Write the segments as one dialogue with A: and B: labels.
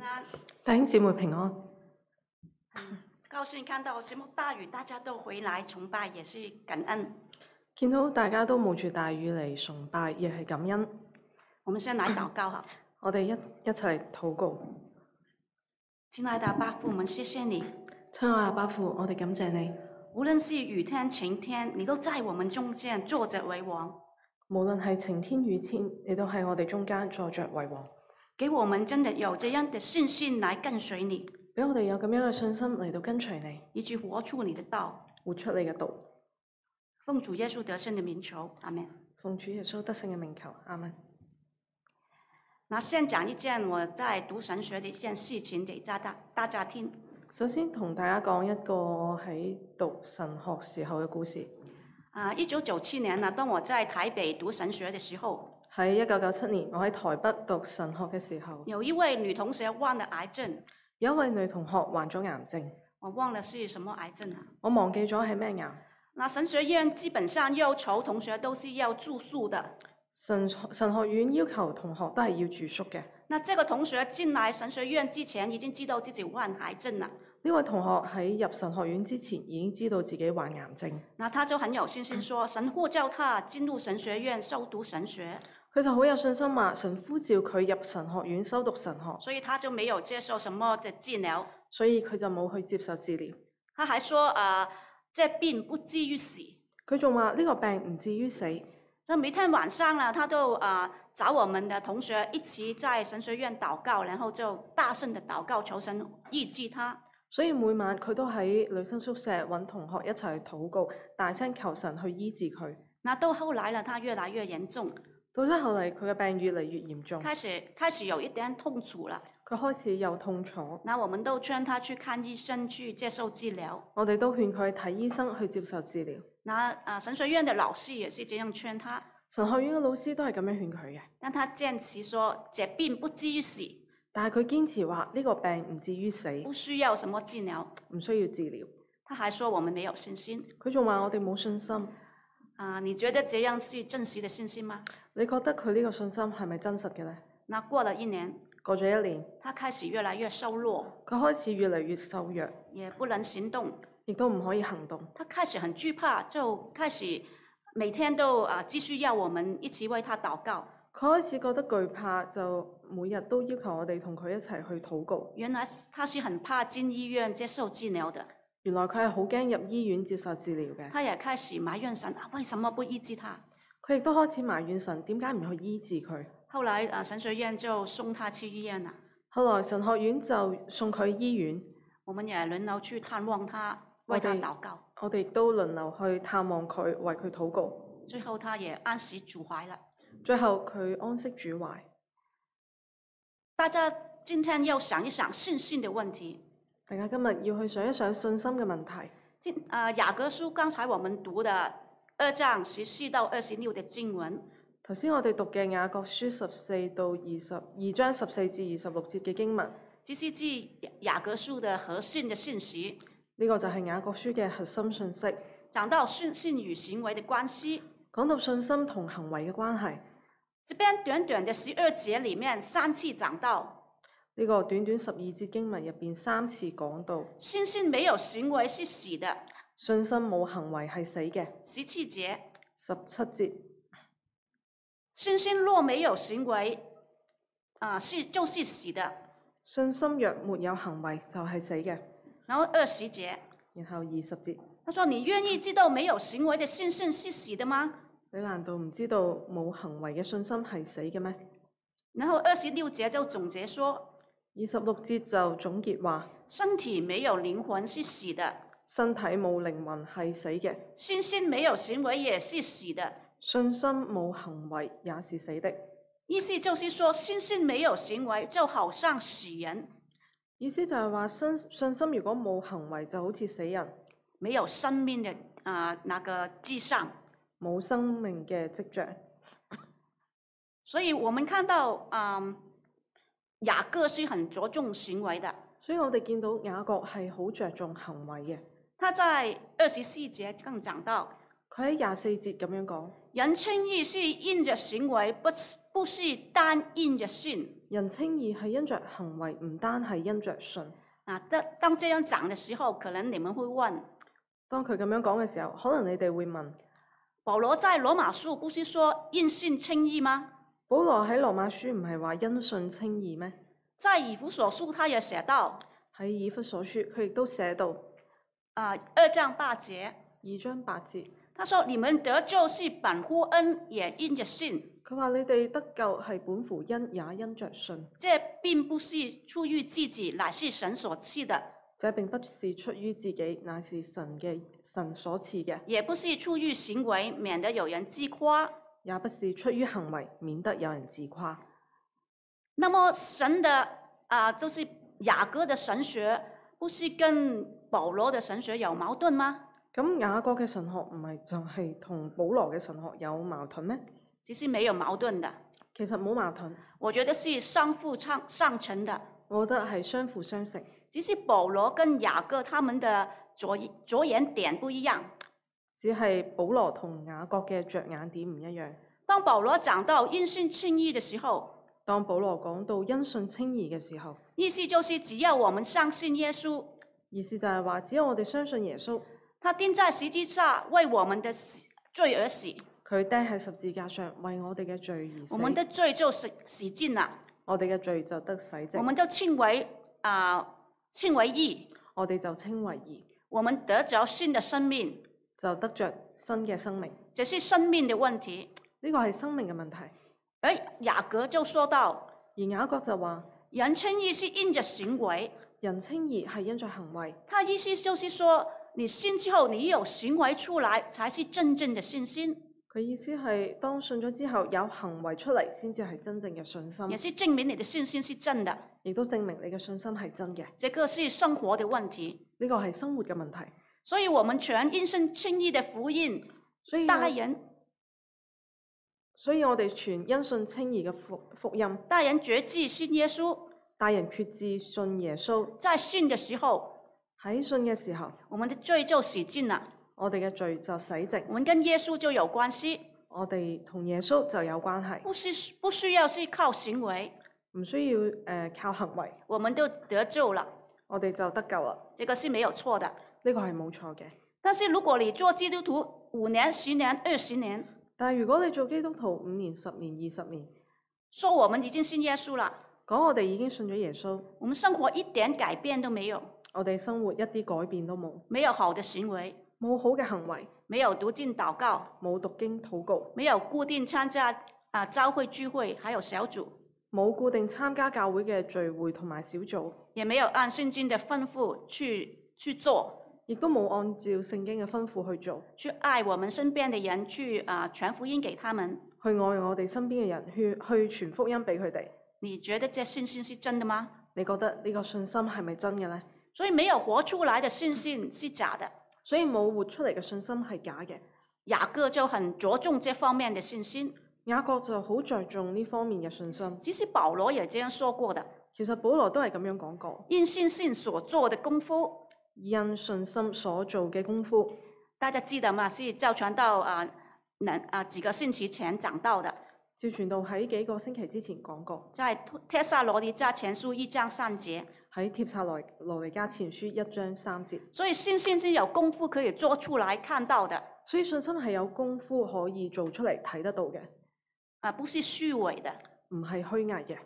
A: 安。
B: 弟兄姊妹平安。
A: 高兴看到什么大雨，大家都回来崇拜，也是感恩。
B: 見到大家都冒住大雨嚟崇拜，亦係感恩。
A: 我们先来祷告哈，
B: 我哋一一齊禱告。
A: 亲爱的爸父，我们谢谢你，
B: 親愛阿爸父，我哋感謝你。
A: 无论是雨天晴天，你都在我们中间坐着为王，
B: 無論係晴天雨天，你都喺我哋中間坐着為王，
A: 给我们真的有这样的信心来跟随你，
B: 俾我哋有咁樣嘅信心嚟到跟隨你，
A: 以及活出你的道。
B: 活出你嘅道。
A: 奉主耶稣得胜的名求，阿门。
B: 奉主耶穌得勝嘅名求，阿門。
A: 那先讲一件我在读神学的一件事情给大家大家听。
B: 首先同大家講一個我喺讀神學時候嘅故事。
A: 啊，一九九七年呢，当我在台北读神学的时候，
B: 喺一九九七年，我喺台北讀神學嘅時候，
A: 有一位女同学患了癌症，
B: 有一位女同學患咗癌症，
A: 我忘了是什么癌症了、啊
B: 我忘記咗係咩癌。
A: 那神学院基本上要求同学都是要住宿的。
B: 神神學院要求同學都係要住宿嘅。
A: 那这个同学进来神学院之前，已经知道自己患癌症了，
B: 呢位同學喺入神學院之前已經知道自己患癌症，
A: 那他就很有信心说，神呼叫他进入神学院修读神学，
B: 佢就好有信心話神呼召佢入神學院修讀神學，
A: 所以他就没有接受什么的治疗。
B: 所以佢就冇去接受治療。
A: 他还说，啊，这病不至于死。
B: 佢仲話呢個病唔至於死。
A: 那每天晚上呢，他都啊、找我们的同学一起在神学院祷告，然后就大声的祷告求神医治他。
B: 所以每晚佢都喺女生宿舍揾同學一齊去禱告，大聲求神去醫治佢。
A: 那到后來呢，他越來越嚴重，
B: 到咗後嚟，佢嘅病越嚟越嚴重，
A: 開始開始有一點痛楚了。
B: 佢開始有痛楚。
A: 那我們都勸他去看醫生，去接受治療。
B: 我哋都勸佢睇醫生去接受治療。
A: 那啊、神學院的老師也是這樣勸他，
B: 神學院嘅老師都係咁樣勸佢嘅。
A: 但他堅持說這病不至於死，
B: 但係佢堅持話呢個病唔至於死，
A: 不需要什麼治療。
B: 唔需要治療。
A: 他還說我們沒有信心。
B: 佢仲話我哋冇信心。
A: 啊、你覺得這樣是真實的信心嗎？
B: 你覺得佢呢個信心係咪真實嘅呢？
A: 那過了一年，
B: 過咗一年，
A: 他開始越來越瘦弱，
B: 佢開始越嚟越瘦弱，
A: 也不能行動。
B: 亦都唔可以行動。
A: 他開始很懼怕，就開始每天都啊、繼續要我們一起為他禱告。
B: 佢開始覺得懼怕，就每日都要求我哋同佢一齊去禱告。
A: 原来是他是很怕进医院接受治疗的，
B: 原來佢係好驚入醫院接受治療嘅，
A: 他也开始埋怨神啊，为什么不医治他？
B: 佢亦都開始埋怨神點解唔去醫治佢。
A: 后来啊，神学院就送他去医院了，
B: 後來神學院就送佢醫院，
A: 我们也轮流去探望他，
B: 我
A: 为他
B: 哋
A: 祷告。
B: 我哋亦都輪流去探望佢，為佢禱告。
A: 最后他也安息主怀了。
B: 最後佢安息主懷。
A: 大家今天要想一想信心的问题。
B: 大家今日要去想一想信心嘅問題。
A: 今啊、雅各书刚才我们读的二章十四到二十六的经文，
B: 頭先我哋讀嘅雅各書十四到二十二章十四至二十六節嘅經文，呢、
A: 这是指雅各书的核心的信息，
B: 個就係雅各書嘅核心信息。
A: 讲到信心与行为的关系。
B: 講到信心同行為嘅關係，呢、
A: 这边短短的十二节里面，三次讲到
B: 個短短十二節經文入邊三次講到
A: 信心没有行为是死的。
B: 信心冇行為係死嘅。
A: 十七节，
B: 十七節
A: 信心若没有行为，啊、是就是死的。
B: 信心若沒有行為就係死嘅。
A: 然后二十节，
B: 然後二十節，
A: 他说：“你愿意知道没有行为的信心是死的吗
B: 你難道唔知道冇行為嘅信心係死嘅咩？？”
A: 然后二十六节就总结说：“
B: 二十六節就總結話：
A: 身体没有灵魂是死的，
B: 身體冇靈魂係死嘅。
A: 信心没有行为也是死的。”
B: 信心冇行為也是死的，
A: 意思就是说，信心没有行为，就好像死人
B: 意思就係話信信心如果冇行為就好似死人，
A: 没有生命的啊、那个迹象。
B: 冇生命嘅跡象。
A: 所以我们看到，嗯，雅各是很着重行为的。
B: 所以我哋見到雅各係好着重行為嘅，
A: 他在二十四节更讲到，
B: 佢喺廿四節咁樣講：
A: 人稱義是因着行為，不是不是單因着信。
B: 人稱義係因着行為，唔單係因着信。
A: 啊，當當這樣講的時候，可能你們會問：
B: 當佢咁樣講嘅時候，可能你哋會問：
A: 保羅在羅馬書不是說因信稱義嗎？
B: 保羅喺羅馬書唔係話因信稱義咩？
A: 在以弗所書，他也寫到
B: 喺以弗所書佢亦都寫到二
A: 啊二章八節，
B: 章八節，
A: 他說：你們得救是本乎恩，也因着信，
B: 佢話你哋得救係本乎恩，也因着信。
A: 這並不是出於自己，乃是神所賜的；
B: 這並不是出於自己，乃是神嘅神所賜嘅，
A: 也不是出於行為，免得有人自誇。
B: 也不是出於行為，免得有人自誇。
A: 那么神的啊、就是雅各的神学，不是跟保罗的神学有矛盾吗？
B: 咁雅各嘅神學唔係就係同保羅嘅神學有矛盾咩？
A: 其實沒有矛盾的，
B: 其實冇矛盾，
A: 我覺得是相互上上乘的。
B: 我覺得係相輔相成。
A: 只是保羅跟雅各他們的着眼着眼點不一樣。
B: 只係保羅同雅各嘅着眼點唔一樣。
A: 當保羅講到因信稱義的時候，
B: 當保羅講到因信稱義嘅時候，
A: 意思就是只要我們相信耶穌，
B: 意思就係話，只要我哋相信耶穌，
A: 他釘在十字架為我們的死罪而死，
B: 佢釘喺十字架上為我哋嘅罪而死，
A: 我們的罪就洗洗淨了，
B: 我哋嘅罪就得洗
A: 我
B: 淨，
A: 們就稱為啊、稱為義。
B: 我哋就稱為義，
A: 我们得着新的生命，
B: 就得着新嘅生命。
A: 这是生命的问题。
B: 呢個係生命嘅問題。
A: 而雅各就说到，
B: 而雅各就話：
A: 人称义是因着行为，
B: 人稱義係因着行為。
A: 他意思就是说，你信之后，你有行为出来，才是真正的信心，
B: 佢意思係當信咗之後有行為出嚟，先至係真正嘅信
A: 也
B: 心，
A: 是证明你的信心是真的。
B: 亦都證明你嘅信心係真嘅。
A: 这个是生活的问题，
B: 呢個係生活嘅問題。
A: 所以我们全因信称义的福音，
B: 所以
A: 大人
B: 所以我哋全因信稱義嘅福福音，
A: 大人决志信耶稣，
B: 大人決志信耶穌。
A: 在信的时候，
B: 喺信嘅時候，
A: 我们的罪就洗净了，
B: 我哋嘅罪就洗淨，
A: 我们跟耶稣就有关系，
B: 我哋同耶穌就有關係，
A: 不是不需要是靠行为。
B: 唔需要誒、呃靠行為，
A: 我们都得救了，
B: 我哋就得救啦。
A: 这个是没有错的。
B: 呢個係冇錯嘅。
A: 但是如果你做基督徒五年、十年、二十年，
B: 但係如果你做基督徒五年、十年、二十年，
A: 说我们已經信耶穌了，
B: 講我哋已經信咗耶穌，
A: 我们生活一點改變都沒有，
B: 我哋生活一啲改變都冇，
A: 沒有好的行為，
B: 冇好嘅行為，
A: 沒有讀經祷告，
B: 冇讀經禱告，
A: 沒有固定參加啊教會聚會，還有小組，
B: 冇固定參加教會嘅聚會同埋小組，
A: 也沒有按聖經的吩咐去去做，
B: 亦都冇按照聖經嘅吩咐去做，
A: 去愛我們身邊的人，去啊傳福音給他們。
B: 去愛我哋身邊嘅人，去去傳福音俾佢哋。
A: 你覺得這信心是真的嗎？
B: 你覺得呢個信心係咪真嘅呢？
A: 所以沒有活出來的信心是假的。
B: 所以冇活出嚟嘅信心係假嘅。
A: 雅各就很着重这方面的信心。
B: 雅各就好着重呢方面嘅信心。
A: 其实保罗也这样说过的：
B: 其實保羅都係咁樣講過，
A: 因信心所做的功夫，
B: 因信心所做嘅功夫。
A: 大家记得吗？是赵传道啊，那啊几个星期前讲到的，
B: 趙傳道喺幾個星期之前講過，
A: 在帖撒罗尼迦前书一章三节。
B: 喺帖撒羅羅尼加前書一章三節。
A: 所以信心是有功夫可以做出来看到的，
B: 所以信心係有功夫可以做出嚟睇得到嘅，
A: 啊，不是虚伪的。
B: 唔係虛偽嘅。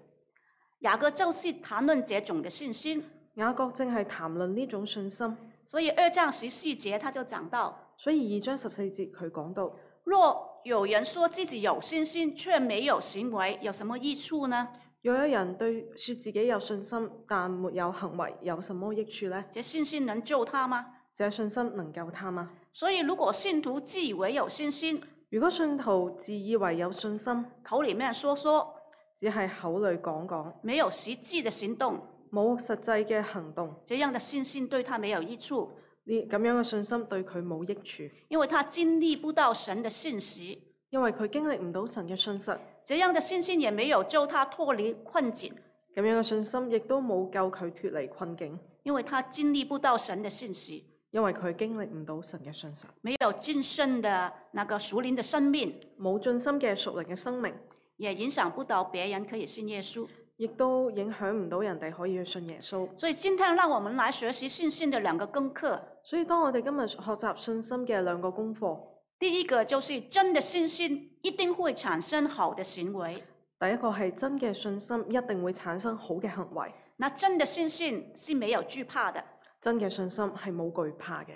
A: 雅各就是谈论这种的信心。
B: 雅各正係談論呢種信心，
A: 所以二章十四节他就讲到：
B: 所以二章十四節佢講到：
A: 若有人说自己有信心，却没有行为，有什么益处呢？
B: 若有人對説自己有信心，但沒有行為，有什麼益處呢？
A: 这信心能救他吗？
B: 這信心能救他嗎？
A: 所以，如果信徒自以为有信心，
B: 如果信徒自以為有信心，
A: 口里面说说，
B: 只係口裏講講，
A: 没有实际的行动，
B: 冇實際嘅行動，
A: 这样的信心对他没有益处，
B: 呢咁樣嘅信心對佢冇益處，
A: 因为他经历不到神的信息，
B: 因為佢經歷唔到神嘅信實，
A: 这样的信心也没有救他脱离困境，
B: 咁樣嘅信心亦都冇救佢脱離困境，
A: 因为他经历不到神的信息。
B: 因為佢經歷唔到神嘅信實，
A: 没有晋升的那个属灵的生命，
B: 冇盡心嘅屬靈嘅生命，
A: 也影响不到别人可以信耶稣。
B: 亦都影響唔到人哋可以去信耶穌。
A: 所以今天让我们来学习信心的两个功课。
B: 所以當我哋今日學習信心嘅兩個功課，
A: 第一个就是真的信心一定会产生好的行为，
B: 第一個係真嘅信心一定會產生好嘅行為，
A: 那真的信心是没有惧怕的。
B: 真嘅信心係冇懼怕嘅。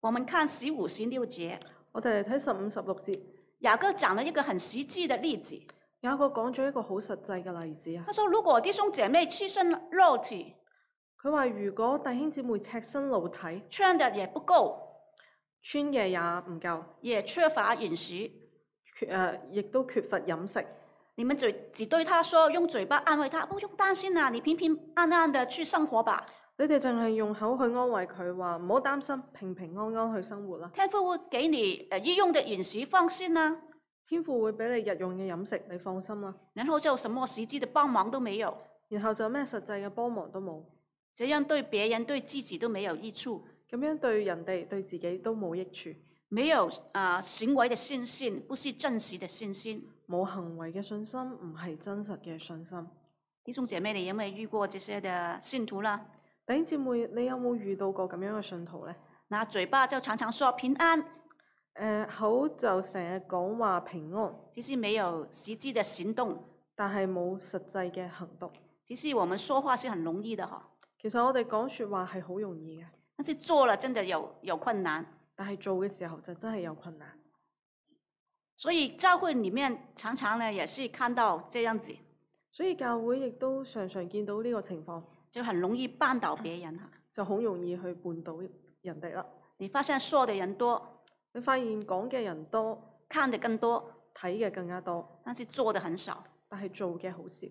A: 我们看十五、十六节，
B: 我哋嚟睇十五十六節，
A: 雅各讲了一个很实际的例子，
B: 有一個講咗一個好實際嘅例子啊
A: 他。说：如果弟兄姐妹赤身肉体，
B: 佢話如果弟兄姊妹赤身露體，
A: 穿的也不够，
B: 穿嘢也唔夠，
A: 也缺乏饮食，
B: 缺呃亦都缺乏飲食，
A: 你们只只对他说，用嘴巴安慰他，不用担心啦、你平平安安的去生活吧。
B: 你哋淨係用口去安慰佢話唔好擔心，平平安安去生活啦。
A: 天父会给你呃医用的饮食，放心啦、
B: 天父會俾你日用嘅飲食，你放心啦。
A: 然后就什么实际的帮忙都没有，
B: 然後就咩實際嘅幫忙都冇，
A: 这样对别人对自己都沒有益處，
B: 咁樣對人哋對自己都冇益處，
A: 沒有啊、呃行為的信心，不是真實的信心。
B: 冇行為嘅信心，唔係真實嘅信心。
A: 弟兄姐妹，你有没有遇過這些的信徒呢？
B: 弟兄姊妹，你有冇遇到過咁樣嘅信徒呢？
A: 那嘴巴就常常說平安，
B: 誒、呃口就成日講話平安，
A: 其實沒有實際的行動。
B: 但係冇實際嘅行動。
A: 其實我們說話是很容易的哈，
B: 其實我哋講説話係好容易嘅，
A: 但是做了真的有有困難。
B: 但係做嘅時候就真係有困難。
A: 所以教会里面常常呢也是看到這樣子，
B: 所以教會亦都常常見到呢個情況，
A: 就很容易扳倒別人哈。
B: 就好容易去絆倒人哋啦。
A: 你發現說的人多，
B: 你發現講嘅人多，
A: 看的更多，
B: 睇嘅更加多，
A: 但是做的很少。
B: 但係做嘅好少。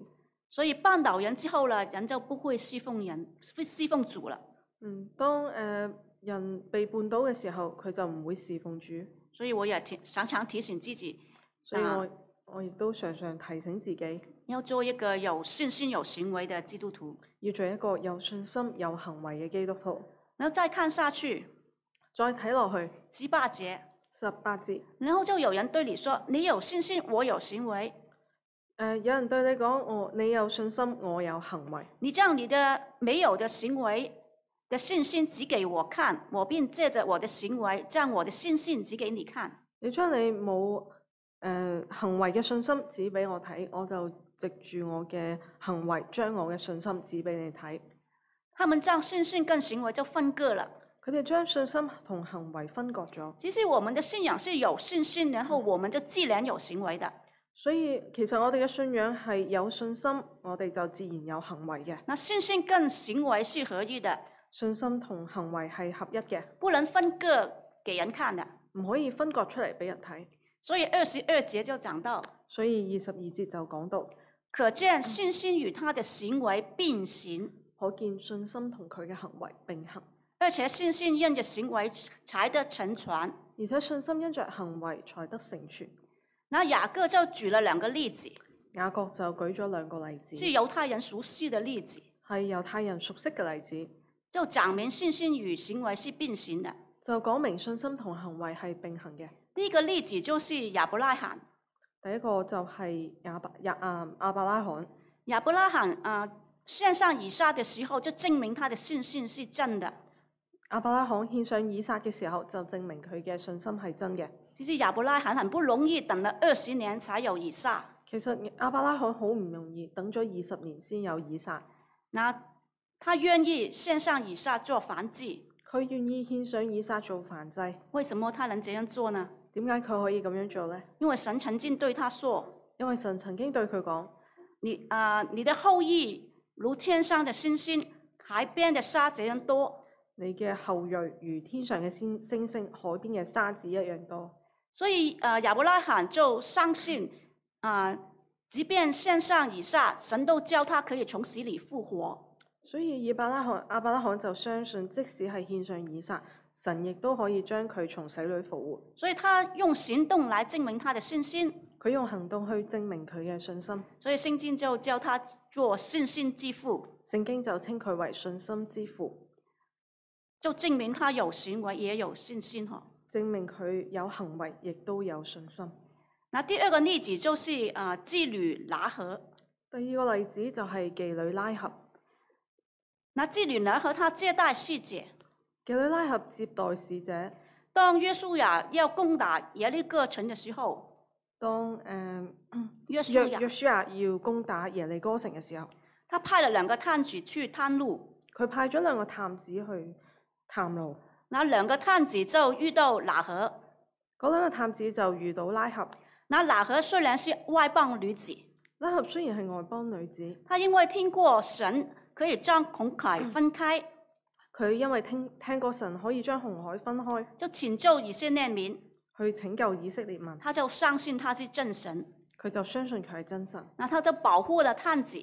A: 所以绊倒人之後呢，人就不會侍奉人，會侍奉主了。
B: 嗯，當誒、呃人被絆倒嘅時候，佢就唔會侍奉主。
A: 所以我也提常常提醒自己，
B: 所以
A: 啊
B: 我我亦都常常提醒自己，
A: 要做一個有信心、有行為的基督徒。
B: 要做一個有信心、有行為嘅基督徒。
A: 然後再看下去，
B: 再睇落去
A: 十八節，
B: 十八節，誒、
A: 然後就有人對你說：你有信心，我有行為。
B: 呃有人對你講：哦，你有信心，我有行為。
A: 你將你的沒有的行為的信心指給我看，我便借着我的行為將我的信心指給你看。
B: 你將你冇誒、呃行為嘅信心指俾我睇，我就藉住我嘅行為將我嘅信心指俾你睇。
A: 他們將信心跟行為就分割了。
B: 佢哋將信心同行為分割咗，
A: 其實我們的信仰是有信心，然後我們就自然有行為的。
B: 所以其實我哋嘅信仰係有信心，我哋就自然有行為嘅。
A: 那信心跟行為是合一的，
B: 信心同行為係合一嘅，
A: 不能分割給人看的。
B: 唔可以分割出嚟俾人睇。
A: 所以二十二節就講到，
B: 所以二十二節就講到，
A: 可見信心與他的行為並行，
B: 可見信心同佢嘅行為並行，
A: 而且信心因着行為才得成全。
B: 而且信心因着行為才得成全。
A: 那雅各就舉了兩個例子，
B: 雅各就舉咗兩個例子，
A: 是猶太人熟悉的例子，
B: 係猶太人熟悉嘅例子，
A: 就講明信心與行為是並行的。
B: 就講明信心同行為係並行嘅。
A: 第一個例子就是亞伯拉罕，
B: 第一個就係亞伯亞啊亞伯拉罕，
A: 亞伯拉罕啊、呃獻上以撒的時候，就證明他的信心是真的。
B: 亞伯拉罕獻上以撒嘅時候，就證明佢嘅信心係真嘅。
A: 其實亞伯拉罕很不容易，等了二十年才有以撒。
B: 其實亞伯拉罕好唔容易，等咗二十年先有以撒，
A: 那他愿意献上以撒做燔祭，
B: 佢願意獻上以撒做燔祭，
A: 為什麼他能這樣做呢？
B: 點解佢可以咁樣做呢？
A: 因為神曾經對他說：
B: 因為神曾經對佢講：
A: 你啊、你的後裔如天上的星星，海邊的沙這樣多。
B: 你嘅後裔如天上嘅星星星，海邊嘅沙子一樣多。
A: 所以啊，亞伯拉罕就相信啊、即便献上以撒，神都教他可以從死裡復活。
B: 所以以伯拉罕亞伯拉罕就相信，即使係獻上以撒，神亦都可以將佢從死裏復活。
A: 所以他用行動來證明他的信心。
B: 佢用行動去證明佢嘅信心。
A: 所以聖經就教他做信心之父。
B: 聖經就稱佢為信心之父。
A: 就证明他有行为也有信心哈。
B: 證明佢有行為，亦都有信心。
A: 那第二个例子就是啊、呃妓女拿合，
B: 第二個例子就係妓女拉合。
A: 那妓女拿合她接待侍姐，
B: 妓女拉合接待使者，
A: 当约书亚要攻打耶利哥城的时候，
B: 當誒
A: 约书
B: 約
A: 亚
B: 約書亞要攻打耶利哥城嘅時候，
A: 他派了两个探子去探路，
B: 佢派咗兩個探子去探路。
A: 那两个探子就遇到拿合，
B: 嗰兩個探子就遇到拉合。
A: 那拿合虽然是外邦女子，
B: 拉合雖然係外邦女子，
A: 她因为听过神可以将红海分开，
B: 佢因為聽聽過神可以將紅海分開，
A: 就拯救以色列民，
B: 去拯救以色列民，
A: 她就相信他是真神，
B: 佢就相信佢係真神，
A: 那她就保护了探子，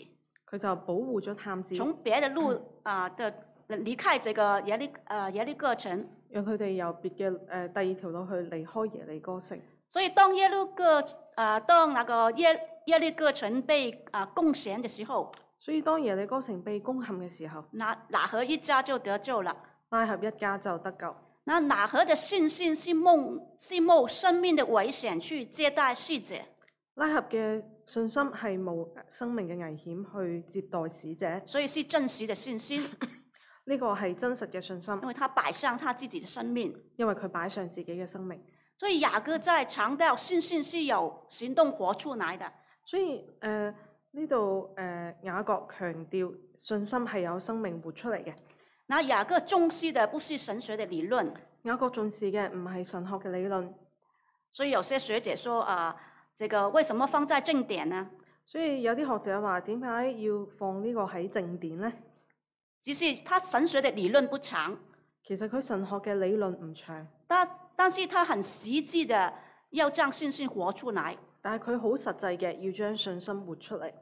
B: 佢就保護咗探子，
A: 从别的路啊、的离开这个耶利呃耶利哥城。
B: 讓佢哋由別嘅誒、呃第二條路去離開耶利哥城。
A: 所以当耶路哥啊，当那个耶耶利哥城被啊、攻陷的时候，
B: 所以當耶利哥城被攻陷嘅時候，
A: 那拿和一家就得救了。
B: 拉合一家就得救。
A: 那拿和的信心是冒是冒生命的危险去接待逝者，
B: 拉合嘅信心係冇生命嘅危險去接待使者，呢、
A: 所以是真实的信心，
B: 個係真實嘅信心
A: 因，为他摆上他自己的生命。
B: 因為佢擺上自己嘅生命。
A: 所以雅各在强调信心是有行动活出来的。
B: 所以誒呢度誒雅各強調信心係有生命活出嚟嘅。
A: 那雅各重视的不是神学的理论，
B: 雅各重視嘅唔係神學嘅理論，
A: 所以有些学者说啊、这个为什么放在正典呢？
B: 所以有啲學者話點解要放呢個喺正典呢？
A: 只是他神学的理论不长，
B: 其實佢神學嘅理論唔長，
A: 但但是他很实际的要将信心活出来。
B: 但係佢好實際嘅要將信心活出嚟。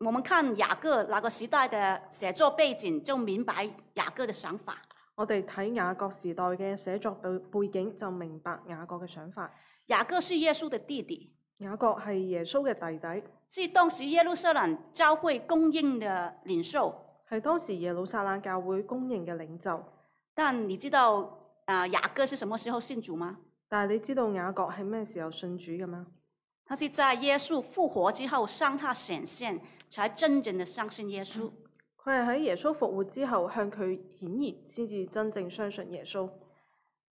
A: 我们看雅各那个时代的写作背景，就明白雅各的想法。
B: 我哋睇雅各時代嘅寫作背背景，就明白雅各嘅想法。
A: 雅各是耶稣的弟弟，
B: 雅各係耶穌嘅弟弟，
A: 是当时耶路撒冷教会供应的领袖。
B: 係當時耶路撒冷教會公認嘅領袖。
A: 但你知道啊、呃雅各是什么时候信主吗？
B: 但係你知道雅各係咩時候信主嘅嗎？
A: 他是在耶稣复活之后向他显现，才真正的相信耶稣。
B: 佢係喺耶穌復活之後向佢顯現，先至真正相信耶穌。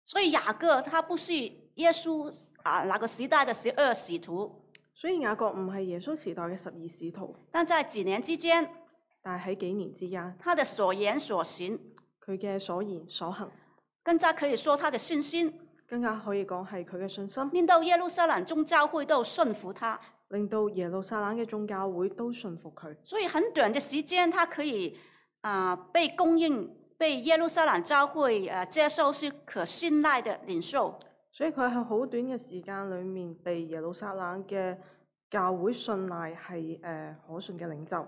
A: 所以雅各他不是耶稣啊那个时代的十二使徒，
B: 所以雅各唔係耶穌時代嘅十二使徒，
A: 但在几年之间，
B: 但係喺幾年之間，
A: 他的所言所行，
B: 佢嘅所言所行
A: 更加可以说他的信心，
B: 更加可以講係佢嘅信心，
A: 令到耶路撒冷宗教会都顺服他。
B: 令到耶路撒冷嘅眾教會都信服佢。
A: 所以很短的时间，他可以啊、被供应，被耶路撒冷教会啊、接受是可信赖的领袖。
B: 所以佢喺好短嘅時間裏面被耶路撒冷嘅教會信賴係誒可信嘅領袖。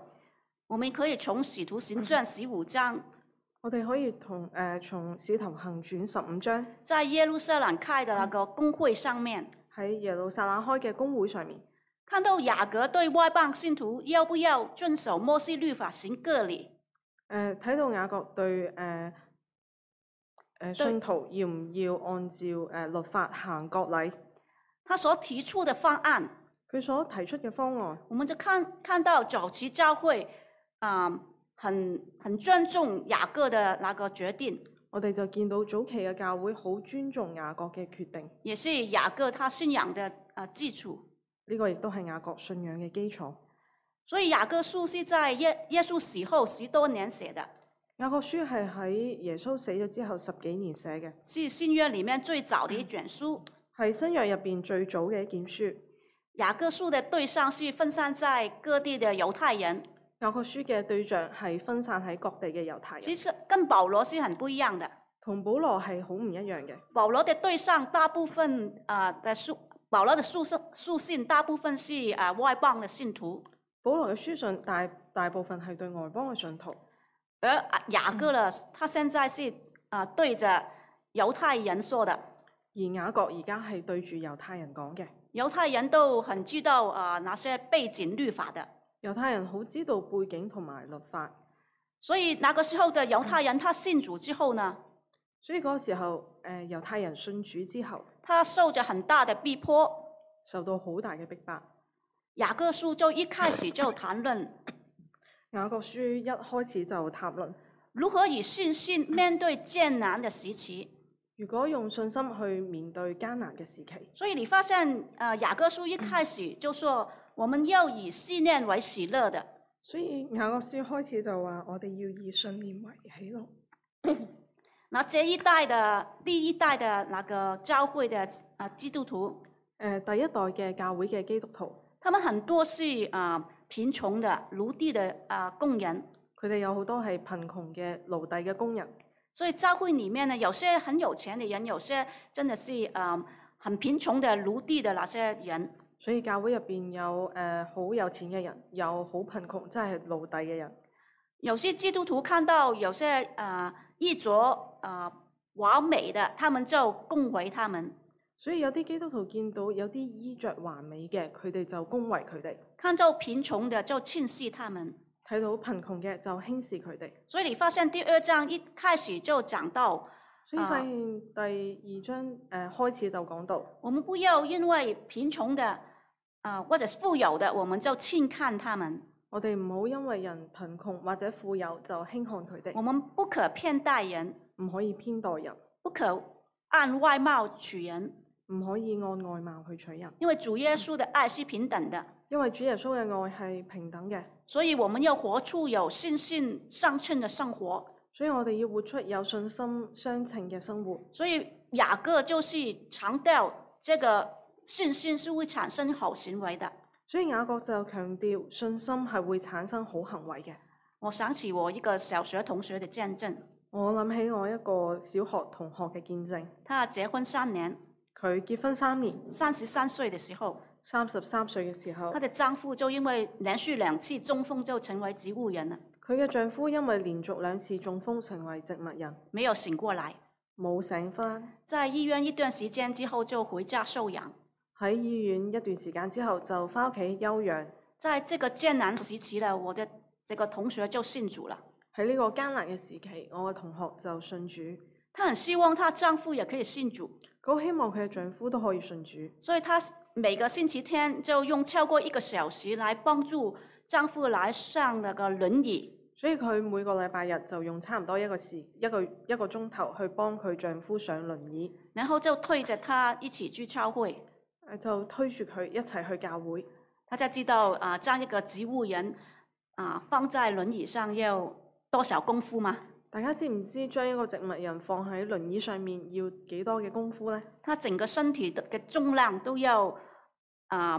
A: 我们可以从《使徒行传》十五章，
B: 我哋可以同誒、呃、從《使徒行傳》十五章
A: 在耶路撒冷开的那个公会上面，
B: 喺耶路撒冷開嘅公會上面，
A: 看到雅各对外邦信徒要不要遵守摩西律法行割礼，
B: 誒呃睇到雅各對誒誒、呃呃信徒要唔要按照誒、呃律法行割禮，
A: 他所提出的方案，
B: 佢所提出嘅方案，
A: 我们就看看到早期教会啊、很很尊重雅各的那个决定，
B: 我哋就見到早期嘅教會好尊重雅各嘅決定，呢、
A: 也是雅各他信仰的啊、基础。
B: 個亦都係雅各信仰嘅基礎。
A: 所以雅各书是在耶耶稣死后十多年写的，
B: 雅各書係喺耶穌死咗之後十幾年寫嘅，
A: 是新约里面最早的一卷书。
B: 係新約入邊最早嘅一件書。
A: 雅各书的对象是分散在各地的犹太人，
B: 雅各書嘅對象係分散喺各地嘅猶太
A: 其
B: 人，
A: 实跟保罗是很不一样的。
B: 同保羅係好唔一樣嘅。
A: 保罗的对象大部分啊、的书，保罗的书信书信大部分是啊、外邦的信徒，
B: 保羅嘅書信大大部分係對外邦嘅信徒，
A: 而啊雅各呢，他现在是啊、对着犹太人说的，
B: 而雅各而家係對住猶太人講嘅。
A: 犹太人都很知道啊、那些背景律法的，
B: 猶太人好知道背景同埋律法，
A: 所以那个时候的犹太人他信主之后呢，
B: 所以嗰個時候，誒、猶太人信主之後，
A: 他受着很大的逼迫。
B: 受到好大嘅逼迫。
A: 雅各书就一开始就谈论
B: 雅各書一開始就談論，
A: 如何以信心面对艰难的时期。
B: 如果用信心去面對艱難嘅時期，
A: 所以你发现，呃，雅各书一开始就说，我们要以信念为喜乐的。
B: 所以雅各書開始就話我哋要以信念為喜樂。
A: 那这一代的第一代的那个教会的啊基督徒，
B: 誒、呃第一代嘅教會嘅基督徒，
A: 他们很多是啊、呃贫穷的奴隶的啊、呃工人，
B: 佢哋有好多係貧窮嘅奴隸嘅工人，
A: 所以教会里面呢，有些很有钱的人，有些真的是啊、呃很贫穷的奴隶的那些人。
B: 所以教會入邊有誒好、有錢嘅人，有好貧窮即係奴隸嘅人。
A: 有些基督徒看到有些啊衣着啊华美的，他们就恭维他们；
B: 所以有啲基督徒見到有啲衣着華美嘅，佢哋就恭維佢哋；
A: 看到贫穷的就轻视他们。
B: 睇到貧窮嘅就輕視佢哋。
A: 所以你发现第二章一开始就讲到
B: 所以發
A: 啊
B: 現第二章誒、呃、開始就講到，
A: 我们不要因为贫穷的啊、或者是富有的，我们就轻看他们。
B: 我哋唔好因為人貧窮或者富有就輕看佢
A: 我
B: 哋，
A: 们不可偏待人，
B: 唔可以偏待人，
A: 不可按外貌取人，
B: 唔可以按外貌去取人，
A: 因为主耶稣的爱是平等的。
B: 因為主耶穌嘅愛係平等嘅，
A: 所以我们要活出有信心上称的生活。
B: 所以我哋要活出有信心相稱嘅生活。
A: 所以雅各就是强调这个信心是会产生好行为的。
B: 所以雅各就強調信心係會產生好行為嘅。
A: 我想起我一个小学同学的见证，
B: 我諗起我一個小學同學嘅見證，
A: 他结婚三年，
B: 佢結婚三年，
A: 三十三岁的时候，
B: 三十三歲嘅時候
A: 她，的丈夫就因为连续两次中风就成为植物人了，
B: 佢嘅丈夫因為連續兩次中風成為植物人，
A: 没有醒过来，
B: 冇醒返。
A: 在医院一段时间之后就回家休养。
B: 喺醫院一段時間之後就翻屋企休養。
A: 在这个艰难时期呢，我的这个同学就信主了。
B: 喺呢個艱難嘅時期，我嘅同學就信主，
A: 她很希望她丈夫也可以信主，
B: 佢好希望佢嘅丈夫都可以信主，
A: 所以她每个星期天就用超过一个小时来帮助丈夫来上那个轮椅。
B: 所以佢每個禮拜日就用差唔多一個時一個一個鐘頭去幫佢丈夫上輪椅，
A: 然后就推着她一起去教会，
B: 誒就推住佢一齊去教會。
A: 大家知道啊，将一个植物人啊放在轮椅上要多少功夫吗？
B: 大家知唔知將一個植物人放喺輪椅上面要幾多嘅功夫呢？
A: 他整个身体的嘅重量都要啊、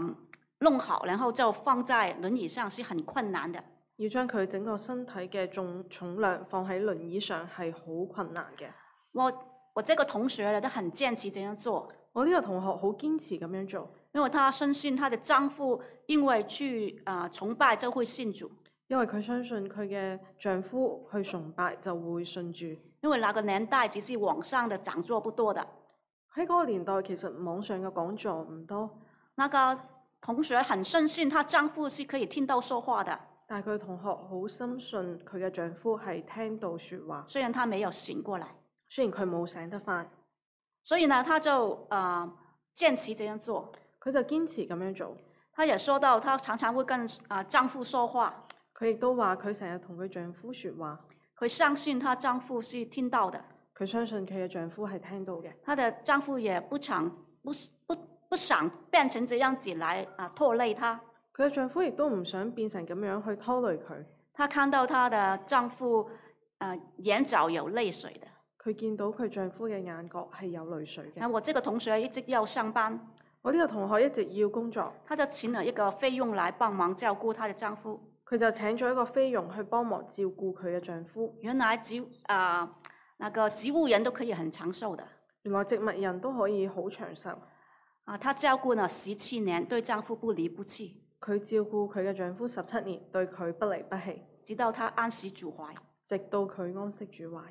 A: 弄好，然后就放在轮椅上是很困难的。
B: 要將佢整個身體嘅重重量放喺輪椅上係好困難嘅。
A: 我我这个同学呢，都很坚持这样做，
B: 我呢個同學好堅持咁樣做，
A: 因为她深信她的丈夫因为去啊、崇拜就会信主，
B: 因為佢相信佢嘅丈夫去崇拜就會信主。
A: 因为那个年代只是网上的讲座不多的。
B: 喺嗰個年代，其實網上嘅講座唔多，
A: 那个同学很深信她丈夫是可以听到说话的，
B: 但係佢同學好深信佢嘅丈夫係聽到説話，
A: 虽然她没有醒过来，
B: 雖然佢冇醒得返，
A: 所以呢，她就啊坚持这样做。
B: 佢就堅持咁樣做。
A: 她也说到，她常常会跟啊、丈夫说话。
B: 佢亦都話佢成日同佢丈夫説話，
A: 佢相信她丈夫是听到的，
B: 佢相信佢嘅丈夫係聽到嘅。
A: 她的丈夫也不想不不不想变成这样子来啊拖累她。
B: 佢嘅丈夫亦都唔想變成咁樣去拖累佢。
A: 她看到她的丈夫啊眼角有泪水的。
B: 佢見到佢丈夫嘅眼角係有淚水
A: 那
B: 嘅。
A: 我这个同学一直要上班，
B: 我呢個同學一直要工作，
A: 她就请了一个菲佣来帮忙照顾她的丈夫。
B: 佢就請咗一個菲佣去幫忙照顧佢嘅丈夫。
A: 原来植啊、那个植物人都可以很长寿的
B: 原來植物人都可以好長壽。
A: 啊，她照顾了十七年，对丈夫不离不弃，
B: 佢照顧佢嘅丈夫十七年，對佢不離不棄，
A: 直到她安息主怀。
B: 直到佢安息主懷。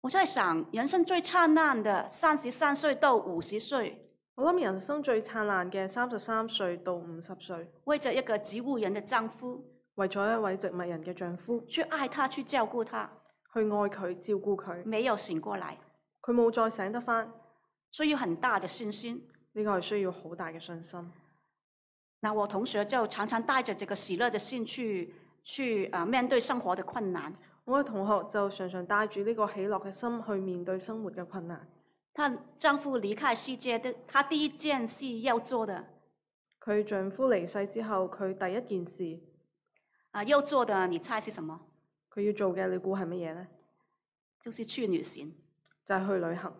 A: 我在想，人生最灿烂的三十三岁到五十岁，
B: 我諗人生最燦爛嘅三十三歲到五十歲，
A: 为着一个植物人的丈夫
B: 為咗一位植物人嘅丈夫
A: 去爱他、去照顾他，
B: 去愛佢、照顧佢，
A: 没有醒过来。
B: 佢冇再醒得翻，
A: 所以有很大的信心。
B: 呢個係需要好大嘅信心。
A: 那我同学就常常带着这个喜乐的心去去啊、呃面对生活的困难。
B: 我嘅同學就常常帶住呢個喜樂嘅心去面對生活嘅困難。
A: 她丈夫离开世界的，她第一件事要做的
B: 佢丈夫離世之後，佢第一件事
A: 啊、要做的，你猜是什么？
B: 佢要做嘅，你估係乜嘢呢？
A: 就是去旅行
B: 就係、去旅行。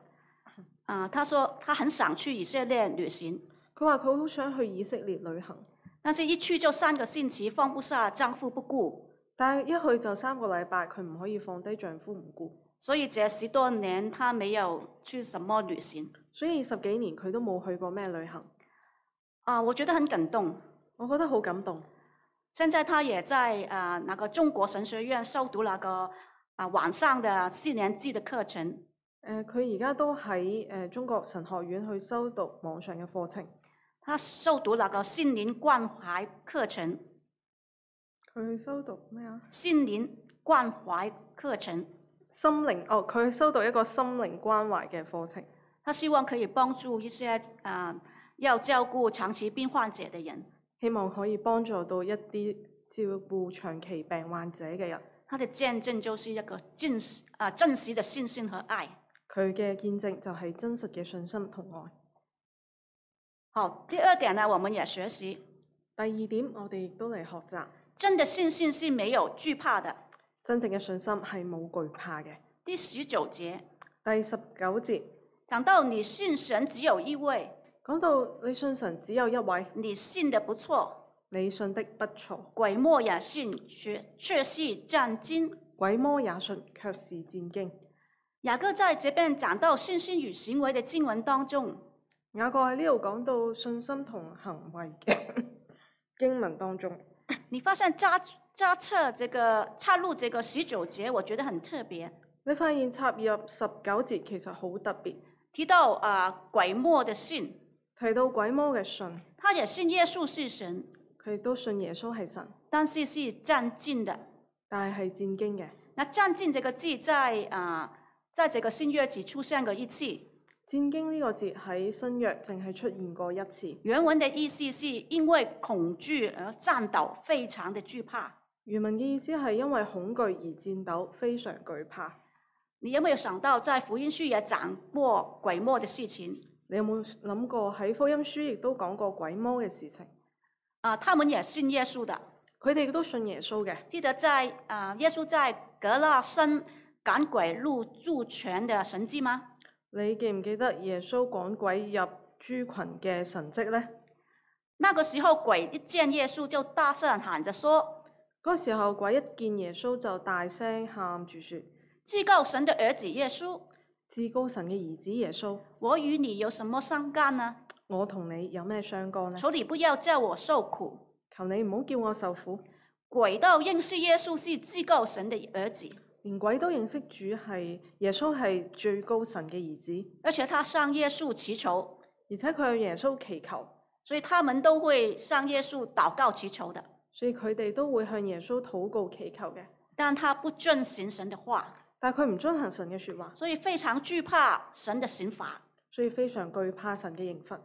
A: 啊、她说她很想去以色列旅行，
B: 佢話佢好想去以色列旅行，
A: 但是一去就三个星期，放不下丈夫不顾，
B: 但係一去就三個禮拜，佢唔可以放低丈夫唔顧，
A: 所以这十多年她没有去什么旅行。
B: 所以十幾年佢都冇去過咩旅行。
A: 啊、我觉得很感动。
B: 我覺得好感動。
A: 现在她也在啊、那个中国神学院修读那个啊、晚上的四年制的课程。
B: 誒呃佢而家都喺誒、呃中國神學院去修讀網上嘅課程，
A: 他修读那个心灵关怀课程，
B: 佢去修讀咩啊？
A: 心灵关怀课程，
B: 心靈哦，佢去修讀一個心靈關懷嘅課程，
A: 他希望可以帮助一些啊、呃要照顾长期病患者的人。
B: 希望可以幫助到一啲照顧長期病患者嘅人。
A: 他的见证就是一个真实啊、真实的信心和爱。
B: 佢嘅見證就係真實嘅信心同愛。
A: 好，第二点呢，我们也学习，
B: 第二點，我哋亦都嚟學習
A: 真的信心是没有惧怕的。
B: 真正嘅信心係冇懼怕嘅。
A: 第十九节
B: 第十九節
A: 讲到你信神只有一位，
B: 講到你信神只有一位，
A: 你信的不错，
B: 你信的不錯，
A: 鬼魔也信，却却是战惊。
B: 鬼魔也信，卻是戰驚。
A: 雅各在这边讲到信心与行为的经文当中，
B: 雅各喺呢度講到信心同行為嘅 經文當中，
A: 你发现扎扎测这个插入这个十九节，我觉得很特别，
B: 你發現插入十九節其實好特別，
A: 提到啊、呃鬼魔的信，
B: 提到鬼魔嘅信，
A: 他也信耶稣是神，
B: 佢都信耶穌係神，
A: 但是是战尽的。
B: 但係係戰驚嘅。
A: 那战尽这个字在啊、呃在这个新约只出现过一次，
B: 戰驚呢個字喺新約淨係出現過一次，
A: 原文的意思是因为恐惧而战斗，非常的惧怕。
B: 原文嘅意思係因為恐懼而戰鬥，非常懼怕。
A: 你有没有想到，在福音书也讲过鬼魔的事情？
B: 你有冇諗過喺福音書亦都講過鬼魔嘅事情？
A: 啊、他们也信耶稣的。
B: 佢哋都信耶穌嘅。
A: 记得在啊、呃耶稣在格拉森赶鬼入住泉的神迹吗？
B: 你記唔記得耶穌趕鬼入豬群嘅神跡呢？
A: 那个时候鬼一见耶稣就大声喊着说
B: 嗰時候鬼一見耶穌就大聲喊住説：：“
A: 至高神的儿子耶稣，
B: 至高神嘅兒子耶穌，
A: 我与你有什么相干呢？
B: 我同你有咩相干呢？
A: 求你不要叫我受苦。
B: 求你唔好叫我受苦。”
A: 鬼道认识耶稣是至高神的儿子，
B: 連鬼都認識主係耶穌係最高神嘅兒子，
A: 而且他向耶穌祈求，
B: 而且佢向耶穌祈求，
A: 所以他们都会向耶稣祷告祈求的。
B: 所以佢哋都會向耶穌禱告祈求嘅。
A: 但他不遵行神的话，
B: 但佢唔遵行神嘅説話，
A: 所以非常惧怕神的刑罚，
B: 所以非常懼怕神嘅刑罰，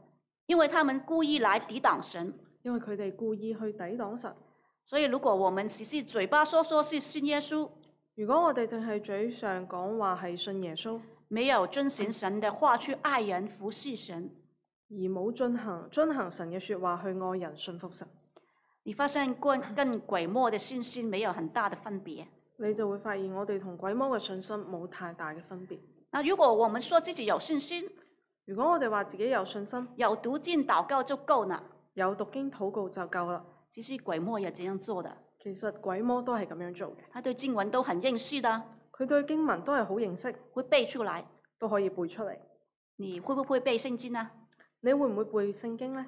A: 因为他们故意来抵挡神，
B: 因為佢哋故意去抵擋神。
A: 所以，如果我们只是嘴巴说说是信耶稣，
B: 如果我哋淨係嘴上講話係信耶穌，
A: 没有遵行神的话去爱人、服侍神，
B: 而冇進行遵行神嘅説話去愛人、信服神，
A: 你发现跟跟鬼魔的信心没有很大的分别。
B: 你就會發現我哋同鬼魔嘅信心冇太大嘅分別。
A: 那如果我们说自己有信心，
B: 如果我哋話自己有信心，
A: 有读经、祷告就够了，
B: 有讀經禱告就夠啦。
A: 其实鬼魔也这样做的，
B: 其實鬼魔都係咁樣做嘅，
A: 他对经文都很认识的，
B: 佢對經文都係好認識，
A: 会背出来。
B: 都可以背出嚟。
A: 你会不会背圣经呢？
B: 你會唔會背聖經呢？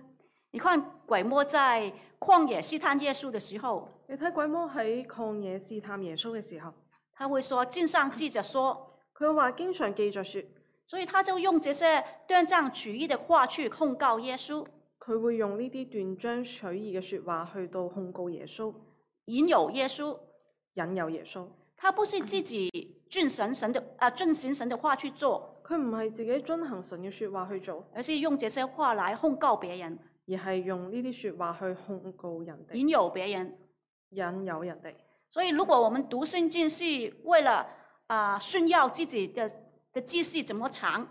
A: 你看鬼魔在旷野试探耶稣的时候，
B: 你睇鬼魔喺曠野試探耶穌嘅時候，
A: 他会说：“经上记着说。”
B: 佢話經常記着説，
A: 所以他就用这些断章取义的话去控告耶稣，
B: 佢會用呢啲斷章取義嘅説話去到控告耶穌，
A: 引诱耶稣。
B: 引誘耶穌。
A: 呃他不是自己遵神神的啊、遵行神的话去做，
B: 佢唔係自己遵行神嘅説話去做，
A: 而是用这些话来控告别人、
B: 而係用呢啲説話去控告人哋、
A: 引诱别人。
B: 引誘人哋。
A: 所以，如果我们读圣经是为了啊、炫耀自己的的知识怎么长，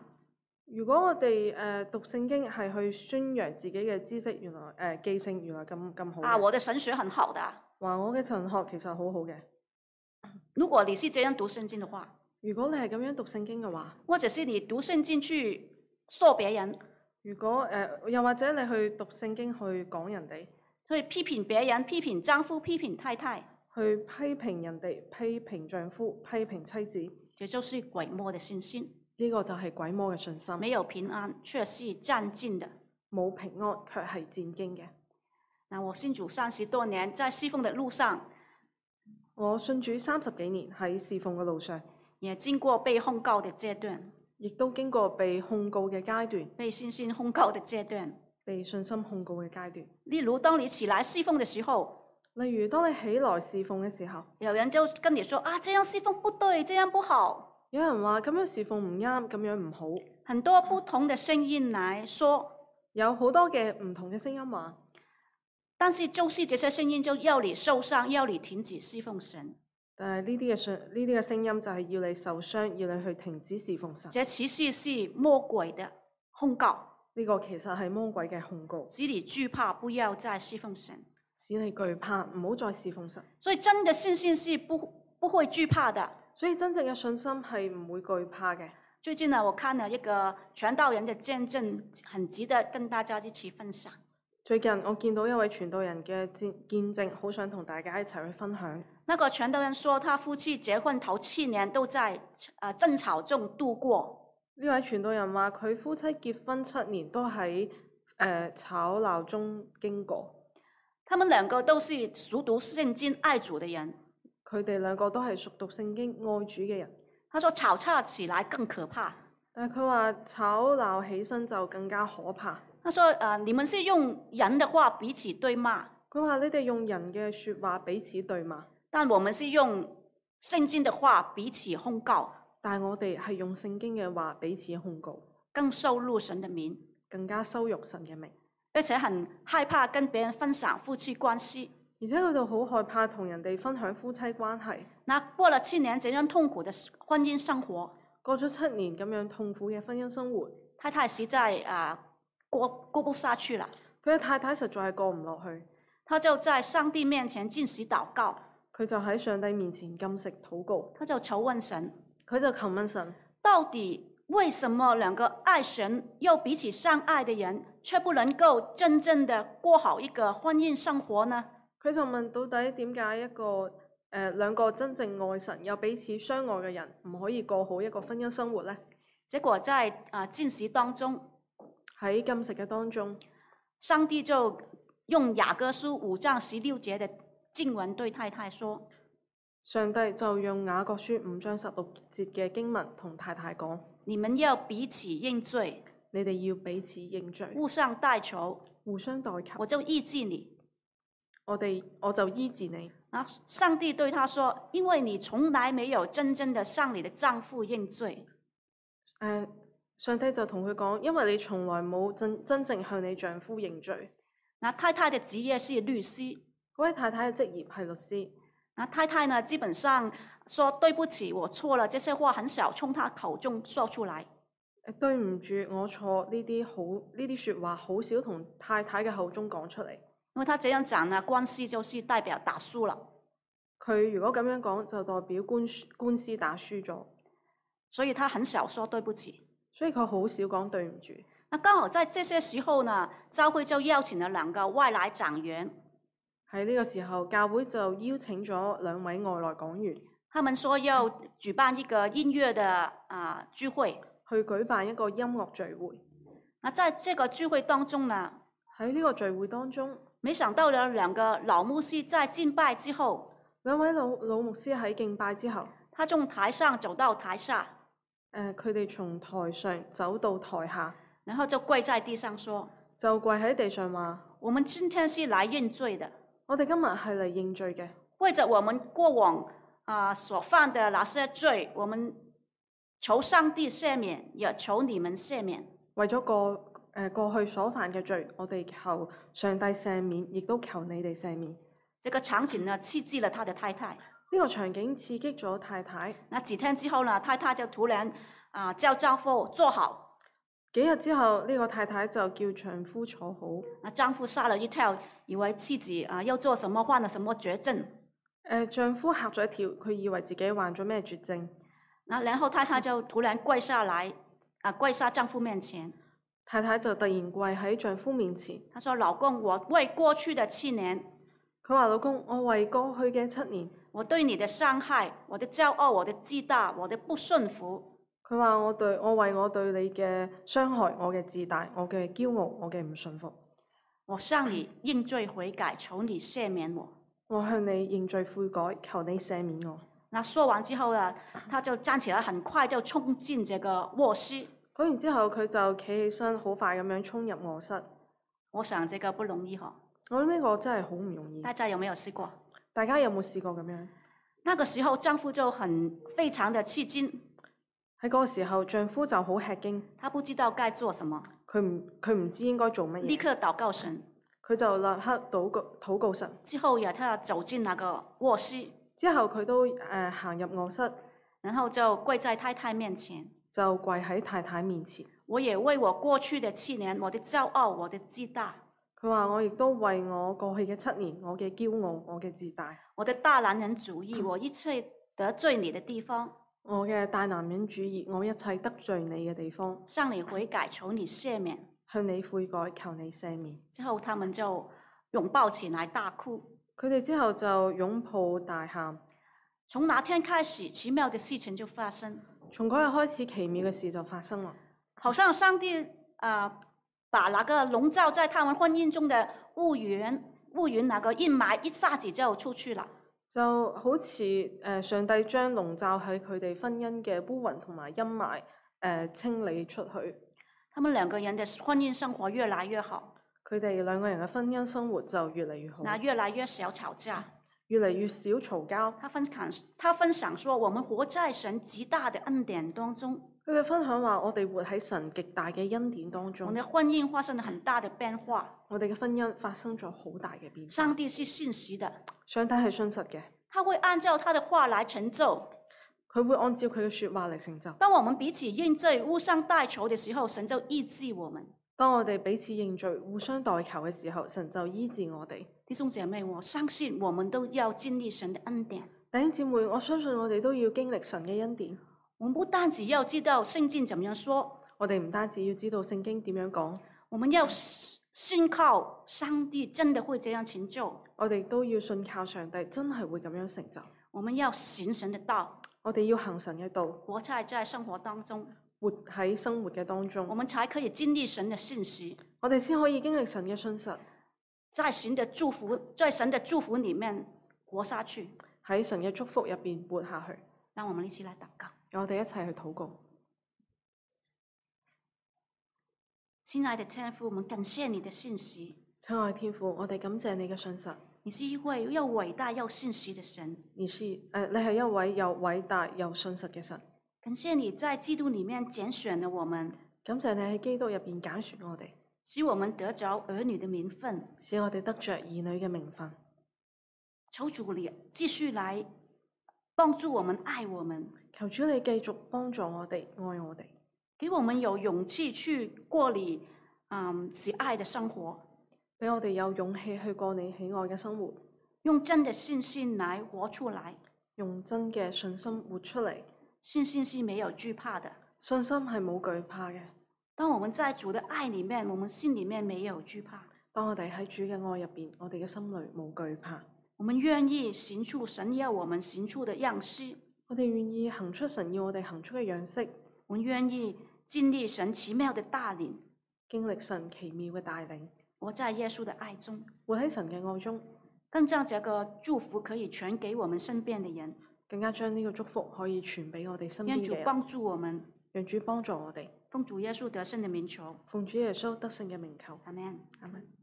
B: 如果我哋誒、呃、讀聖經係去宣揚自己嘅知識，原來誒、呃記性原來咁咁好嘅，
A: 啊，我的神学很好的啊。
B: 話我嘅神學其實好好嘅。
A: 如果你是这样读圣经的话，
B: 如果你係咁樣讀聖經嘅話，
A: 或者是你读圣经去说别人，
B: 如果誒、呃又或者你去讀聖經去講人哋，
A: 去批评别人、批评丈夫、批评太太，
B: 去批評人哋、批評丈夫、批評妻子，呢、
A: 这就是鬼魔的信心，
B: 個就係鬼魔嘅信心。
A: 没有平安，却是占尽的。
B: 冇平安卻係戰經嘅。
A: 那我信主三十多年，在侍奉的路上
B: 我信主三十幾年喺侍奉嘅路上，
A: 也经过被控告的阶段，
B: 亦都經過被控告嘅階段，
A: 被信心控告的阶段。
B: 被信心控告嘅階段。
A: 例如，当你起来侍奉的时候，
B: 例如當你起來侍奉嘅時候，
A: 有人就跟你说啊，这样侍奉不对，这样不好，
B: 有人話咁樣侍奉唔啱，咁樣唔好，
A: 很多不同的声音来说。
B: 有好多嘅唔同嘅聲音話，
A: 但是就是这些声音就要你受伤，要你停止侍奉神，
B: 但係呢啲嘅信呢啲嘅聲音就係要你受傷，要你去停止侍奉神。
A: 这其实是魔鬼的控告，
B: 呢、個其實係魔鬼嘅控告，
A: 使你惧怕，不要再侍奉神。
B: 使你懼怕，唔好再侍奉神。
A: 所以真的信心是不不会惧怕的。
B: 所以真正嘅信心係唔會懼怕嘅。
A: 最近呢，我看了一个传道人的见证，很值得跟大家一起分享。
B: 最近我見到一位傳道人嘅見見證，好想同大家一齊去分享。
A: 那个传道人说，他夫妻结婚头七年都在呃争吵中度过，
B: 呢位傳道人話：佢夫妻結婚七年都喺誒、呃吵鬧中經過，
A: 他们两个都是熟读圣经、爱主的人。
B: 佢哋兩個都係熟讀聖經愛主嘅人。
A: 他说，吵架起来更可怕。
B: 但係佢話吵鬧起身就更加可怕。
A: 他说：“呃，你们是用人的话彼此对骂，
B: 佢話：你哋用人嘅説話彼此對罵，
A: 但我们是用圣经的话彼此控告，
B: 但係我哋係用聖經嘅話彼此控告，
A: 更羞辱神的名，
B: 更加羞辱神嘅名。
A: 而且很害怕跟别人分享夫妻关系。
B: 而且佢哋好害怕同人哋分享夫妻關係。
A: 那过了七年这样痛苦的婚姻生活，
B: 過咗七年咁樣痛苦嘅婚姻生活，
A: 太太实在啊、呃过过不下去了，
B: 佢嘅太太實在係過唔落去，
A: 她就在上帝面前进行祷告，
B: 佢就喺上帝面前禁食禱告，
A: 她就求问神，
B: 佢就求問神：
A: 到底为什么两个爱神又彼此相爱的人，却不能够真正的过好一个婚姻生活呢？
B: 佢就問到底點解一個誒、呃、兩個真正愛神又彼此相愛嘅人唔可以過好一個婚姻生活呢？
A: 结果在啊、呃、进食当中，
B: 喺禁食嘅當中，
A: 上帝就用雅各书五章十六节的经文对太太说
B: 上帝就用雅各書五章十六節嘅經文同太太講：：“
A: 你们要彼此认罪，
B: 你哋要彼此認罪，
A: 互相代求，
B: 互相代求
A: 我。就医治你。
B: 我哋我就醫治你。”
A: 啊！上帝对她说：“因为你从来没有真正的向你的丈夫认罪，
B: 誒、呃上帝就同佢講，因為你從來冇真真正向你丈夫認罪。
A: 那太太的职业是律师，
B: 嗰位太太嘅職業係律師，
A: 那太太呢，基本上说对不起，我错了，这些话很少从她口中说出来。
B: 誒呃對唔住，我錯呢啲好呢啲説話好少同太太嘅口中講出嚟。
A: 因为她这样讲呢，官司就是代表打输了。
B: 佢如果咁樣講，就代表官輸官司打輸咗，
A: 所以她很少说對不起。
B: 所以佢好少講對唔住。
A: 那刚好在这些时候呢，教会就邀请了两个外来讲员，
B: 喺呢個時候，教會就邀請咗兩位外來講員
A: 他们说要举办一个音乐的啊、聚会。
B: 去舉辦一個音樂聚會。
A: 那在这个聚會当中呢，
B: 喺呢個聚會當中，
A: 没想到呢两个老牧师在敬拜之后，
B: 兩位老老牧師喺敬拜之後，
A: 他从台上走到台下，
B: 誒呃佢哋從台上走到台下。
A: 然后就跪在地上说
B: 就跪喺地上話：：“
A: 我们今天是来认罪的，
B: 我哋今日係嚟認罪嘅，
A: 为着我们过往啊、所犯的那些罪，我们求上帝赦免，也求你们赦免。
B: 為咗過誒、呃、過去所犯嘅罪，我哋求上帝赦免，亦都求你哋赦免。呢、
A: 这个场景呢，刺激了他的太太。
B: 個場景刺激咗太太。
A: 那几天之后呢，太太就突然啊、叫丈夫啊坐好，
B: 幾日之後，呢、個太太就叫丈夫坐好。誒、
A: 那丈夫吓了一跳，以为妻子啊、又做什么患了什么绝症。
B: 呃丈夫嚇咗一跳，佢以為自己患咗咩絕症。
A: 那然后太太就突然跪下来，啊、跪下丈夫面前，
B: 太太就突然跪喺丈夫面前，
A: 她说：“老公，我为过去的七年，
B: 佢話：老公，我為過去嘅七年，
A: 我对你的伤害、我的骄傲、我的自大、我的不顺服，
B: 佢話我對我為我對你嘅傷害、我嘅自大、我嘅驕傲、我嘅唔信服，
A: 我向你认罪悔改，求你赦免我。”
B: 我向你認罪悔改，求你赦免我。
A: 那说完之后呢，他就站起来，很快就冲进这个卧室。
B: 講完之後，佢就企起身，好快咁樣衝入卧室。
A: 我想这个不容易哈，
B: 我諗呢個真係好唔容易。
A: 大家有没有试过？
B: 大家有冇試過咁樣？
A: 那个时候丈夫就很非常的吃惊，
B: 喺嗰個時候，丈夫就好吃驚，
A: 他不知道该做什么，
B: 佢唔佢唔知應該做乜
A: 立
B: 嘢，
A: 刻祷告神。
B: 佢就立刻禱告禱告神。
A: 之后呀，他走进那个卧室，
B: 之後佢都誒行、入卧室，
A: 然后就跪在太太面前。
B: 就跪喺太太面前。
A: 我也为我过去的七年，我的骄傲，我的自大，
B: 佢話：我亦都為我過去嘅七年，我嘅驕傲、我嘅自大、
A: 我的大男人主义，我一切得罪你的地方，
B: 我嘅大男人主義，我一切得罪你嘅地方，
A: 向你悔改，求你赦免。
B: 向你悔改，求你赦免。
A: 之后他们就拥抱起来大哭。
B: 佢哋之後就擁抱大喊。
A: 从那天开始，奇妙的事情就发生，
B: 從嗰日開始，奇妙嘅事就發生啦。
A: 好像上帝啊、呃把那个笼罩在他们婚姻中的乌云、乌云那个阴霾一下子就出去了。
B: 就好似誒、呃上帝將籠罩喺佢哋婚姻嘅烏雲同埋陰霾誒、呃清理出去，
A: 他们两个人的婚姻生活越来越好，
B: 佢哋兩個人嘅婚姻生活就越嚟越好，
A: 那越来越少吵架。
B: 越嚟越少嘈交。
A: 他分享，他分享说，我们活在神极大的恩典当中，
B: 佢哋分享話：我哋活喺神極大嘅恩典當
A: 我
B: 中
A: 们，的婚姻发生了很大的变化。
B: 我哋嘅婚姻發生咗好大嘅變化。
A: 上帝是信实的，
B: 上帝係信實嘅，
A: 他会按照他的话来成就。
B: 佢會按照佢嘅説話嚟成就。
A: 当我们彼此认罪、互相代求的时候，神就医治我们。
B: 當我哋彼此認罪、互相代求嘅時候，神就醫治我哋。
A: 弟兄姐妹，我相信我们都要经历神的恩典。
B: 弟兄姊妹，我相信我哋都要經歷神嘅恩典。
A: 我们不单只要知道圣经怎么样说，
B: 我哋唔單止要知道聖經點樣講。
A: 我们要信信靠上帝真的会这样成就。
B: 我哋都要信靠上帝，真係會咁樣成就。
A: 我们要行神的道，
B: 我哋要行神嘅道，
A: 活在在生活当中，
B: 活喺生活嘅當
A: 我
B: 中，
A: 们才可以经历神的信实，
B: 我哋先可以經歷神嘅信實，
A: 在神的祝福，在神的祝福里面活下去。
B: 喺神嘅祝福入邊活下去。
A: 让我们一起来祷告，
B: 讓我哋一齊去禱告。
A: 亲爱的天父，我们感谢你的信实。
B: 親愛天父，我哋感謝你嘅信實。
A: 你是一位又伟大又信实的神，
B: 而是誒、呃你係一位又偉大又信實嘅神。
A: 感谢你在基督里面拣选了我们，
B: 感謝你喺基督入邊揀選我哋，
A: 使我们得着儿女的名分。
B: 使我哋得着兒女嘅名分。
A: 求主你继续来帮助我们，爱我们，
B: 求主你繼續幫助我哋，愛我哋，
A: 给我们有勇气去过你嗯喜爱的生活，
B: 俾我哋有勇氣去過你喜愛嘅生活，
A: 用真的信心来活出来。
B: 用真嘅信心活出嚟。
A: 信心是没有惧怕的。
B: 信心係冇懼怕嘅。
A: 当我们在主的爱里面，我们心里面没有惧怕，
B: 當我哋喺主嘅愛入邊，我哋嘅心裏冇懼怕，
A: 我们愿意行出神要我们行出的样式，
B: 我哋願意行出神要我哋行出嘅樣式，
A: 我们愿意经历神奇妙的带领，
B: 經歷神奇妙嘅帶領，
A: 活在耶稣的爱中，
B: 活喺神嘅愛中，
A: 更让这个祝福可以传给我们身边的人。
B: 更加將呢個祝福可以傳俾我哋身
A: 愿
B: 邊
A: 主
B: 嘅人，
A: 帮助我们，
B: 讓主幫助我哋，
A: 奉主耶稣得胜的名求，
B: 奉主耶穌得勝嘅名求，
A: 阿门。
B: 阿門。